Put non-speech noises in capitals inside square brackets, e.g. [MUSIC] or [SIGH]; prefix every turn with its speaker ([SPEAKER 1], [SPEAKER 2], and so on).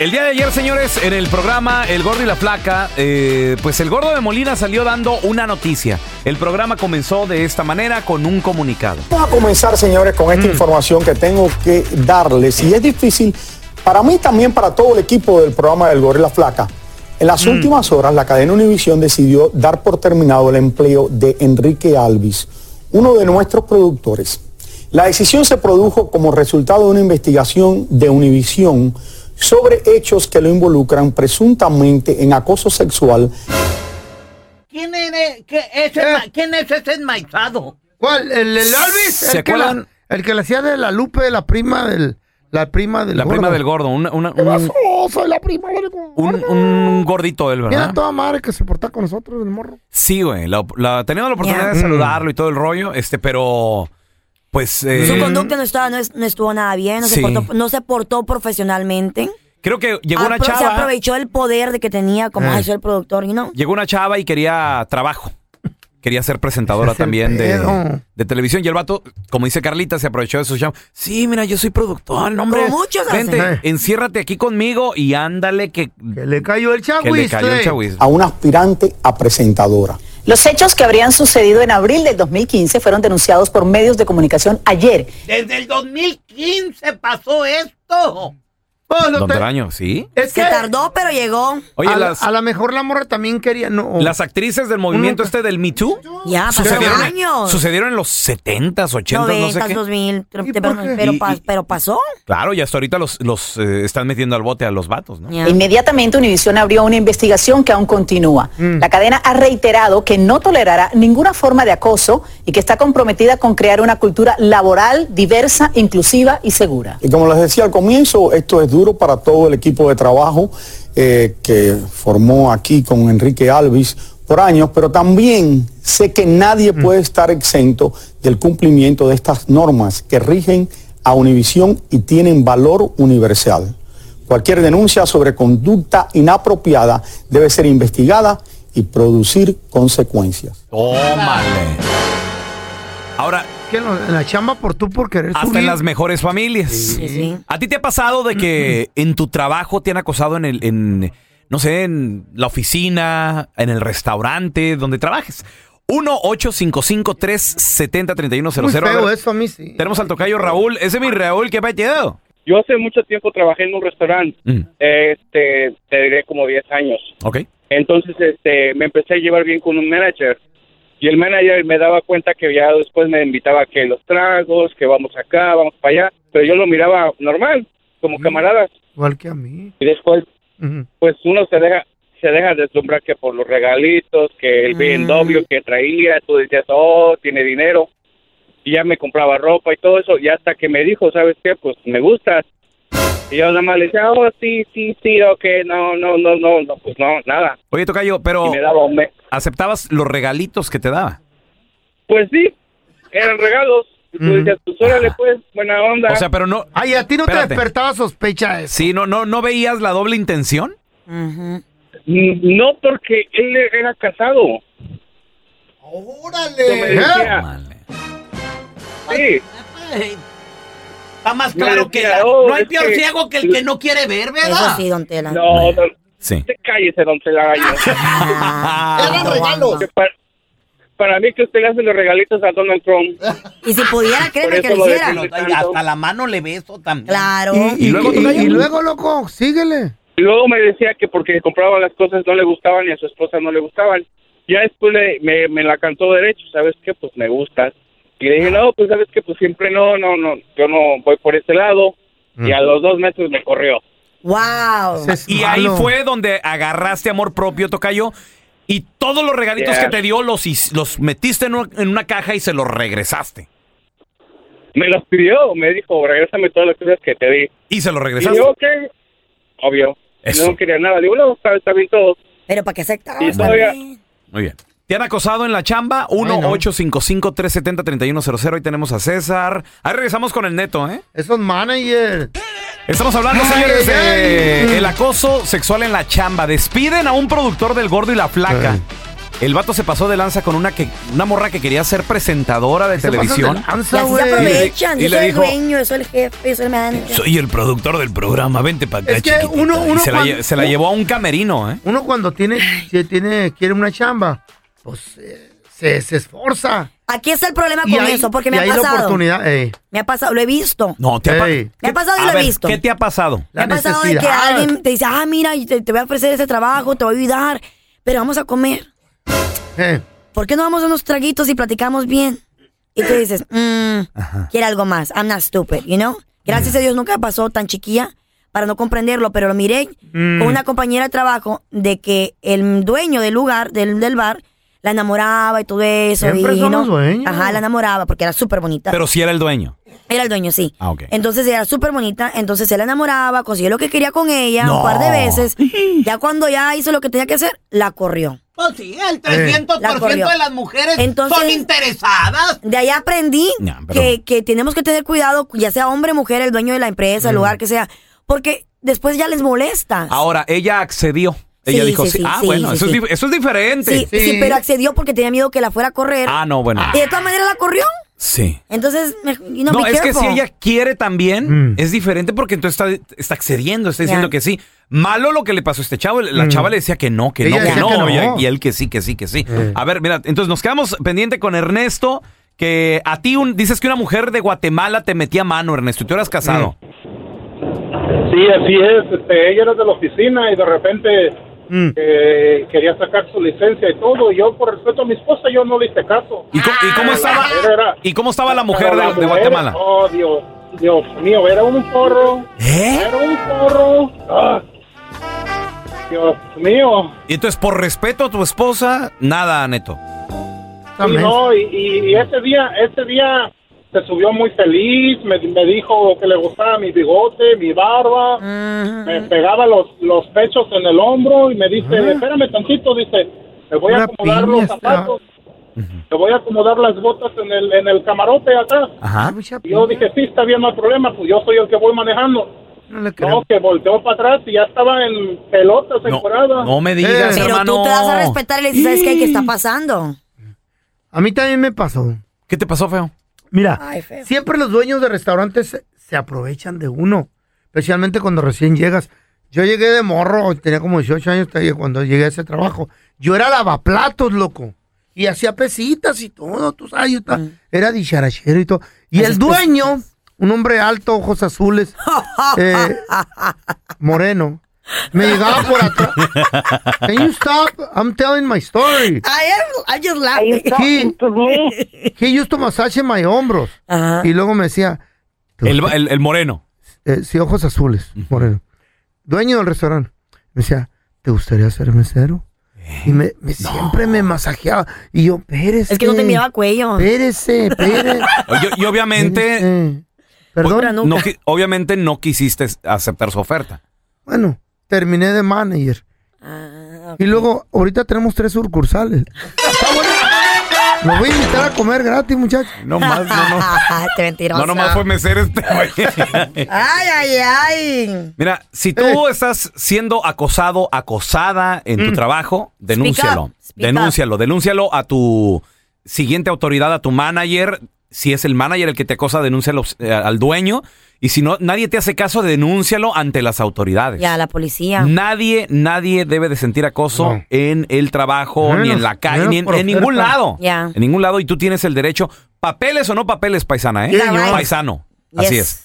[SPEAKER 1] El día de ayer, señores, en el programa El Gordo y la Flaca, eh, pues el Gordo de Molina salió dando una noticia. El programa comenzó de esta manera con un comunicado.
[SPEAKER 2] Vamos a comenzar, señores, con esta información que tengo que darles. Y es difícil para mí también, para todo el equipo del programa del Gorila Flaca. En las últimas horas, la cadena Univisión decidió dar por terminado el empleo de Enrique Alvis, uno de nuestros productores. La decisión se produjo como resultado de una investigación de Univisión sobre hechos que lo involucran presuntamente en acoso sexual
[SPEAKER 3] ¿Quién, eres, qué, ese
[SPEAKER 4] Eh.
[SPEAKER 3] ma- ¿Quién es ese enmaizado?
[SPEAKER 4] ¿Cuál? ¿El, el Alvis?
[SPEAKER 1] ¿Se
[SPEAKER 4] el, que la,
[SPEAKER 1] acuerdan?
[SPEAKER 4] el que le hacía de la Lupe, la prima del. La prima del.
[SPEAKER 1] La prima del Gordo, una- una- un,
[SPEAKER 4] Oh, soy la prima del. gordo.
[SPEAKER 1] un- un gordito él,
[SPEAKER 4] Mira
[SPEAKER 1] ¿verdad?
[SPEAKER 4] toda madre que se porta con nosotros el morro.
[SPEAKER 1] Sí, güey. La, la- teniendo la oportunidad de
[SPEAKER 4] Mm.
[SPEAKER 1] saludarlo y todo el rollo, este, pero pues eh,
[SPEAKER 5] Su conducta no, estaba, no, es- no estuvo nada bien, no,
[SPEAKER 1] Sí.
[SPEAKER 5] se portó, no se portó profesionalmente.
[SPEAKER 1] creo que llegó una
[SPEAKER 5] Apro- Ah, Se
[SPEAKER 1] chava,
[SPEAKER 5] aprovechó el poder de que tenía como,
[SPEAKER 4] Eh.
[SPEAKER 5] ay, soy el productor, y no.
[SPEAKER 1] llegó una chava y quería trabajo. Quería ser presentadora
[SPEAKER 4] [LAUGHS] Ese es el
[SPEAKER 1] también de,
[SPEAKER 4] pedo.
[SPEAKER 1] de televisión. Y el vato, como dice Carlita, se aprovechó de su chamba. Sí, mira, yo soy productor, no, hombre.
[SPEAKER 5] Como muchos hacen.
[SPEAKER 1] Vente,
[SPEAKER 4] Eh.
[SPEAKER 1] enciérrate aquí conmigo y ándale que,
[SPEAKER 4] Que le cayó el
[SPEAKER 1] que
[SPEAKER 4] chagüis.
[SPEAKER 1] le cayó el
[SPEAKER 4] eh.
[SPEAKER 1] chagüis.
[SPEAKER 2] a una aspirante a presentadora.
[SPEAKER 6] Los hechos que habrían sucedido en abril del 2015 fueron denunciados por medios de comunicación ayer.
[SPEAKER 3] Desde el 2015 pasó esto.
[SPEAKER 4] Oh, no
[SPEAKER 1] Don
[SPEAKER 4] te-
[SPEAKER 1] Telaraño, ¿sí?
[SPEAKER 4] Es
[SPEAKER 5] Se
[SPEAKER 4] que
[SPEAKER 5] tardó, pero llegó.
[SPEAKER 1] Oye,
[SPEAKER 4] a, la-
[SPEAKER 1] las,
[SPEAKER 4] a lo mejor la morra también quería. No,
[SPEAKER 1] las actrices del movimiento este del Me Too
[SPEAKER 5] Ya, pasaron
[SPEAKER 1] sucedieron,
[SPEAKER 5] Ah, pues años.
[SPEAKER 1] sucedieron en los 70s, 80s, no sé
[SPEAKER 5] 90,
[SPEAKER 1] qué.
[SPEAKER 5] 2000,
[SPEAKER 4] ¿Y
[SPEAKER 5] pero,
[SPEAKER 4] por qué?
[SPEAKER 5] pero
[SPEAKER 1] Y-
[SPEAKER 5] pa-
[SPEAKER 1] y-
[SPEAKER 5] pero pasó.
[SPEAKER 1] Claro, y hasta ahorita los, los eh, están metiendo al bote a los vatos, ¿no?
[SPEAKER 5] Ya.
[SPEAKER 6] Inmediatamente Univision abrió una investigación que aún continúa. La cadena ha reiterado que no tolerará ninguna forma de acoso y que está comprometida con crear una cultura laboral diversa, inclusiva y segura.
[SPEAKER 2] Y como les decía al comienzo, esto es duro para todo el equipo de trabajo eh, que formó aquí con Enrique Alvis por años, pero también sé que nadie puede estar exento del cumplimiento de estas normas que rigen a Univisión y tienen valor universal. Cualquier denuncia sobre conducta inapropiada debe ser investigada y producir consecuencias.
[SPEAKER 1] Tómale. Ahora,
[SPEAKER 4] que lo- en la chamba por tú por querer
[SPEAKER 1] hasta
[SPEAKER 4] subir.
[SPEAKER 1] en las mejores familias.
[SPEAKER 5] Sí, sí.
[SPEAKER 1] ¿A ti te ha pasado de que en tu trabajo te han acosado en el, en, no sé, en la oficina, en el restaurante, donde trabajes? 1-855-370-3100.
[SPEAKER 4] Muy
[SPEAKER 1] A
[SPEAKER 4] feo
[SPEAKER 1] ver,
[SPEAKER 4] eso a mí sí.
[SPEAKER 1] Tenemos al tocayo Raúl. Ese es mi Raúl, ¿qué pateado?
[SPEAKER 7] Yo hace mucho tiempo trabajé en un restaurante,
[SPEAKER 1] Mm.
[SPEAKER 7] este, te diré como 10 años.
[SPEAKER 1] Ok.
[SPEAKER 7] Entonces, este, me empecé a llevar bien con un manager. Y el manager me daba cuenta que ya después me invitaba a que los tragos, que vamos acá, vamos para allá. Pero yo lo miraba normal, como camaradas.
[SPEAKER 4] Igual que a mí.
[SPEAKER 7] Y después,
[SPEAKER 4] Ujú.
[SPEAKER 7] pues uno se deja se deja deslumbrar que por los regalitos, que el bien BMW que traía, tú decías, oh, tiene dinero. Y ya me compraba ropa y todo eso. Y hasta que me dijo, ¿sabes qué? Pues me gustas. Y yo nada más le decía, oh, sí, sí, sí, ok, no, no, no, no, no pues no, nada.
[SPEAKER 1] Oye, tocayo,
[SPEAKER 7] Y
[SPEAKER 1] pero
[SPEAKER 7] me daba un mes.
[SPEAKER 1] ¿aceptabas los regalitos que te daba?
[SPEAKER 7] Pues sí, eran regalos. Y tú
[SPEAKER 4] Ujú.
[SPEAKER 7] decías, pues órale, pues, buena onda.
[SPEAKER 1] Ah. O sea, pero no...
[SPEAKER 4] Ay, a ti no
[SPEAKER 1] Espérate.
[SPEAKER 4] te despertaba sospecha eso.
[SPEAKER 1] Sí, no, no, ¿no veías la doble intención?
[SPEAKER 5] Ujú.
[SPEAKER 7] N- no porque él era casado. Yo me
[SPEAKER 4] ¿Eh?
[SPEAKER 7] decía,
[SPEAKER 1] Tómale.
[SPEAKER 7] sí.
[SPEAKER 3] Está más claro que
[SPEAKER 7] Mira,
[SPEAKER 3] la-
[SPEAKER 7] oh,
[SPEAKER 3] no hay
[SPEAKER 7] es
[SPEAKER 3] peor
[SPEAKER 7] que-
[SPEAKER 3] ciego que el que no quiere ver,
[SPEAKER 5] Eso
[SPEAKER 3] ¿verdad?
[SPEAKER 5] sí, don Tela.
[SPEAKER 7] No, no,
[SPEAKER 1] Sí.
[SPEAKER 7] te cállese, don Celaraño.
[SPEAKER 5] Ah,
[SPEAKER 2] Eran
[SPEAKER 5] guau,
[SPEAKER 2] regalos.
[SPEAKER 5] guau.
[SPEAKER 7] Que para, para mí que usted le hace los regalitos a Donald Trump.
[SPEAKER 5] Y si pudiera, créeme
[SPEAKER 7] Por
[SPEAKER 5] que
[SPEAKER 7] eso
[SPEAKER 5] lo
[SPEAKER 7] lo
[SPEAKER 5] hiciera.
[SPEAKER 7] defiendo.
[SPEAKER 3] Ay, hasta la mano le beso también.
[SPEAKER 5] Claro.
[SPEAKER 4] Y,
[SPEAKER 1] ¿Y luego,
[SPEAKER 4] luego,
[SPEAKER 1] tocayo?
[SPEAKER 4] y luego, loco, síguele.
[SPEAKER 7] Y luego me decía que porque compraba las cosas no le gustaban y a su esposa no le gustaban. Ya después le- me, me la cantó derecho, ¿sabes qué? Pues me gustas. Y le dije, no, pues sabes que pues siempre no, no, no, yo no voy por ese lado. Y a los dos meses me corrió.
[SPEAKER 5] Wow.
[SPEAKER 4] Ese es
[SPEAKER 1] Y
[SPEAKER 4] malo.
[SPEAKER 1] ahí fue donde agarraste amor propio, Tocayo. Y todos los regalitos
[SPEAKER 7] Yeah.
[SPEAKER 1] que te dio los, his- los metiste en una, en una caja y se los regresaste.
[SPEAKER 7] Me los pidió, me dijo, regrésame todas las cosas que te di.
[SPEAKER 1] Y se los
[SPEAKER 7] Y
[SPEAKER 1] regresaste.
[SPEAKER 7] yo, ok, obvio.
[SPEAKER 1] Eso.
[SPEAKER 7] No quería nada. Digo, no, está, está bien todo.
[SPEAKER 5] Pero para que aceptaba.
[SPEAKER 7] Y todavía-
[SPEAKER 1] Muy bien. ¿Te han acosado en la chamba? 1-855-370-3100. Ahí tenemos a César. Ahí regresamos con el neto, ¿eh?
[SPEAKER 4] Esos managers.
[SPEAKER 1] Estamos hablando,
[SPEAKER 4] Ay,
[SPEAKER 1] señores,
[SPEAKER 4] ay,
[SPEAKER 1] de
[SPEAKER 4] ay.
[SPEAKER 1] el acoso sexual en la chamba. Despiden a un productor del Gordo y la Flaca. El vato se pasó de lanza con una que una morra que quería ser presentadora de
[SPEAKER 4] Se pasan de
[SPEAKER 1] televisión.
[SPEAKER 5] Y
[SPEAKER 4] lanza,
[SPEAKER 5] así se
[SPEAKER 4] Ah, güey.
[SPEAKER 5] aprovechan.
[SPEAKER 1] Y le
[SPEAKER 5] yo soy el
[SPEAKER 1] dijo-
[SPEAKER 5] dueño, yo soy el jefe, yo soy el manager.
[SPEAKER 1] Soy el productor del programa, vente para acá.
[SPEAKER 4] Es que
[SPEAKER 1] chiquitita.
[SPEAKER 4] uno-
[SPEAKER 1] Y
[SPEAKER 4] uno
[SPEAKER 1] se, la,
[SPEAKER 4] cuando-
[SPEAKER 1] lle- se la llevó a un camerino, ¿eh?
[SPEAKER 4] Uno cuando tiene, si tiene, quiere una chamba, pues eh, se, se esforza.
[SPEAKER 5] Aquí está el problema
[SPEAKER 4] Y
[SPEAKER 5] Ah, con
[SPEAKER 4] ahí-
[SPEAKER 5] eso, porque me
[SPEAKER 4] y
[SPEAKER 5] ha
[SPEAKER 4] ahí la
[SPEAKER 5] pasado.
[SPEAKER 4] oportunidad, eh, ey,
[SPEAKER 5] Me ha pasado, lo he visto.
[SPEAKER 1] No, te ha,
[SPEAKER 4] Ey.
[SPEAKER 1] pasado.
[SPEAKER 5] Me ha pasado y lo he visto.
[SPEAKER 1] ¿Qué te ha pasado?
[SPEAKER 5] Me
[SPEAKER 4] la
[SPEAKER 5] ha pasado de que
[SPEAKER 4] necesidad.
[SPEAKER 5] alguien te dice, ah, mira, y te, te voy a ofrecer ese trabajo, te voy a ayudar, pero vamos a comer.
[SPEAKER 4] eh.
[SPEAKER 5] ¿Por qué no vamos a unos traguitos y platicamos bien? Y tú dices, mmm, quiere algo más. I'm not stupid, you know? Gracias a Dios nunca me pasó tan chiquilla para no comprenderlo, pero lo miré
[SPEAKER 4] Mm.
[SPEAKER 5] con una compañera de trabajo de que el dueño del lugar, del, del bar, la enamoraba y todo eso.
[SPEAKER 4] Siempre
[SPEAKER 5] y,
[SPEAKER 4] son
[SPEAKER 5] ¿no?
[SPEAKER 4] los dueños.
[SPEAKER 5] Ajá, la enamoraba porque era súper bonita.
[SPEAKER 1] Pero si era el dueño.
[SPEAKER 5] Era el dueño, sí.
[SPEAKER 1] Ah, ok.
[SPEAKER 5] Entonces era súper bonita, entonces se la enamoraba, consiguió lo que quería con ella
[SPEAKER 1] No.
[SPEAKER 5] un par
[SPEAKER 1] [LAUGHS]
[SPEAKER 5] de veces. Ya cuando ya hizo lo que tenía que hacer, la corrió.
[SPEAKER 3] Pues sí, el
[SPEAKER 5] La
[SPEAKER 3] 300%
[SPEAKER 5] corrió.
[SPEAKER 3] de las mujeres
[SPEAKER 5] Entonces-
[SPEAKER 3] son interesadas.
[SPEAKER 5] De ahí aprendí
[SPEAKER 1] No, pero-
[SPEAKER 5] que, que tenemos que tener cuidado, ya sea hombre, mujer, el dueño de la
[SPEAKER 1] Mm.
[SPEAKER 5] empresa, el lugar que sea, porque después ya les molesta.
[SPEAKER 1] Ahora, ella accedió. Ella
[SPEAKER 5] Sí,
[SPEAKER 1] dijo,
[SPEAKER 5] sí,
[SPEAKER 1] sí,
[SPEAKER 5] sí,
[SPEAKER 1] ah,
[SPEAKER 5] sí,
[SPEAKER 1] bueno,
[SPEAKER 5] sí,
[SPEAKER 1] eso,
[SPEAKER 5] sí.
[SPEAKER 1] Es, dif- eso es diferente.
[SPEAKER 5] sí, sí,
[SPEAKER 4] Sí.
[SPEAKER 5] pero accedió porque tenía miedo que la fuera a correr.
[SPEAKER 1] Ah, no, bueno.
[SPEAKER 5] Y de todas maneras la corrió.
[SPEAKER 1] Sí.
[SPEAKER 5] Entonces, me- you know,
[SPEAKER 1] No,
[SPEAKER 5] be
[SPEAKER 1] es que si
[SPEAKER 5] careful.
[SPEAKER 1] ella quiere también,
[SPEAKER 4] Mm.
[SPEAKER 1] es diferente porque entonces está, está accediendo, está
[SPEAKER 5] Ya.
[SPEAKER 1] diciendo que sí. Malo lo que le pasó a este chavo. La chava le decía que no, que no,
[SPEAKER 4] Ella
[SPEAKER 1] que
[SPEAKER 4] decía
[SPEAKER 1] no.
[SPEAKER 4] que no.
[SPEAKER 1] Y, él- y él que sí, que sí, que sí. A ver, mira, entonces nos quedamos pendiente con Ernesto, que a ti un- dices que una mujer de Guatemala te metía mano, Ernesto, y tú eras casado.
[SPEAKER 7] Sí, así es. Este, ella era de la oficina y de repente
[SPEAKER 4] Mm.
[SPEAKER 7] eh, quería sacar su licencia y todo. Y yo, por respeto a mi esposa, yo no le hice caso.
[SPEAKER 1] ¿Y, co- y cómo
[SPEAKER 7] Ah.
[SPEAKER 1] estaba,
[SPEAKER 7] Era-
[SPEAKER 1] ¿Y cómo estaba la mujer
[SPEAKER 7] Pero
[SPEAKER 1] de,
[SPEAKER 7] la
[SPEAKER 1] de Guatemala?
[SPEAKER 7] Oh, Dios, Dios mío, era un porro.
[SPEAKER 1] ¿Eh?
[SPEAKER 7] Era un porro. Ah. Dios mío.
[SPEAKER 1] Y entonces, por respeto a tu esposa, nada, Neto.
[SPEAKER 7] Sí,
[SPEAKER 4] También.
[SPEAKER 7] no, y, y- y ese día, ese día se subió muy feliz, me, me dijo que le gustaba mi bigote, mi barba, me pegaba los, los pechos en el hombro y me dice, espérame tantito, dice, me voy
[SPEAKER 4] Ah.
[SPEAKER 7] a
[SPEAKER 4] Una
[SPEAKER 7] acomodar
[SPEAKER 4] piña
[SPEAKER 7] los
[SPEAKER 4] está.
[SPEAKER 7] zapatos, te voy a acomodar las botas en el, en el camarote acá.
[SPEAKER 4] Ah,
[SPEAKER 1] Ajá.
[SPEAKER 4] Mucha
[SPEAKER 7] Y yo
[SPEAKER 4] pena,
[SPEAKER 7] dije, sí, está bien, no hay problema, pues yo soy el que voy manejando.
[SPEAKER 4] no le creo.
[SPEAKER 7] No, que volteó para atrás y ya estaba en pelotas, en
[SPEAKER 1] No,
[SPEAKER 7] encuerada.
[SPEAKER 1] no me digas,
[SPEAKER 4] Eh.
[SPEAKER 5] Pero
[SPEAKER 1] hermano.
[SPEAKER 5] tú te vas a respetar y le dices, ¿sabes qué? ¿Qué está pasando?
[SPEAKER 4] A mí también me pasó.
[SPEAKER 1] ¿Qué te pasó, feo?
[SPEAKER 4] Mira,
[SPEAKER 5] Ay, feo.
[SPEAKER 4] siempre los dueños de restaurantes se, se aprovechan de uno, especialmente cuando recién llegas. Yo llegué de morro, tenía como 18 años te- cuando llegué a ese trabajo. Yo era lavaplatos, loco. Y hacía pesitas y todo, tú sabes, yo ta-
[SPEAKER 5] Mm.
[SPEAKER 4] era dicharachero y todo. Y el dueño, un hombre alto, ojos
[SPEAKER 5] [LAUGHS]
[SPEAKER 4] azules, eh, moreno, me llegaba por atrás. Can you stop? I'm telling my story.
[SPEAKER 5] I am, I just laughing.
[SPEAKER 4] He,
[SPEAKER 5] [LAUGHS]
[SPEAKER 4] he used to massage my hombros.
[SPEAKER 5] Ajá.
[SPEAKER 4] Y luego me decía, tú,
[SPEAKER 1] El, el- el moreno.
[SPEAKER 4] eh, sí, ojos azules, moreno. Dueño del restaurante. Me decía, ¿te gustaría ser mesero? Y me, me- siempre me masajeaba. Y yo, espérese.
[SPEAKER 5] Es que no te miraba cuello.
[SPEAKER 4] Espérese, espérese.
[SPEAKER 1] Y, y obviamente, pues,
[SPEAKER 4] espérese". Eh, Perdón.
[SPEAKER 5] Otra
[SPEAKER 1] no, qui- obviamente no quisiste aceptar su oferta.
[SPEAKER 4] Bueno, terminé de manager.
[SPEAKER 5] Ah,
[SPEAKER 4] Y luego, ahorita tenemos tres
[SPEAKER 5] [LAUGHS]
[SPEAKER 4] sucursales. Está bueno. Lo voy a invitar a comer gratis, muchachos.
[SPEAKER 1] No más,
[SPEAKER 5] [LAUGHS]
[SPEAKER 1] no, no.
[SPEAKER 5] te mentiroso.
[SPEAKER 1] No, nomás fue mesero este güey. [LAUGHS]
[SPEAKER 5] Ay, ay, ay.
[SPEAKER 1] Mira, si tú estás siendo acosado, acosada en tu trabajo, denúncialo.
[SPEAKER 5] up, speak
[SPEAKER 1] Denúncialo, denúncialo a tu siguiente autoridad, a tu manager. Si es el manager el que te acosa, denúncialo eh, al dueño. Y si no, nadie te hace caso, denúncialo ante las autoridades.
[SPEAKER 5] Ya, la policía.
[SPEAKER 1] Mm, Nadie, nadie debe de sentir acoso
[SPEAKER 4] No.
[SPEAKER 1] en el trabajo, ni en
[SPEAKER 4] Menos-
[SPEAKER 1] la calle,
[SPEAKER 4] menos
[SPEAKER 1] ni en,
[SPEAKER 4] por
[SPEAKER 1] en ningún
[SPEAKER 4] oferta.
[SPEAKER 1] lado.
[SPEAKER 5] Ya.
[SPEAKER 1] En ningún lado y tú tienes el derecho, papeles o no papeles, paisana, ¿eh?
[SPEAKER 5] Sí, señor.
[SPEAKER 1] Paisano. Así
[SPEAKER 5] Yes.
[SPEAKER 1] es.